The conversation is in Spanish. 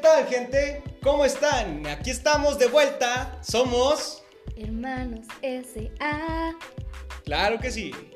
tal, gente? ¿Cómo están? Aquí estamos de vuelta. Somos. Hermanos S.A. Claro que sí.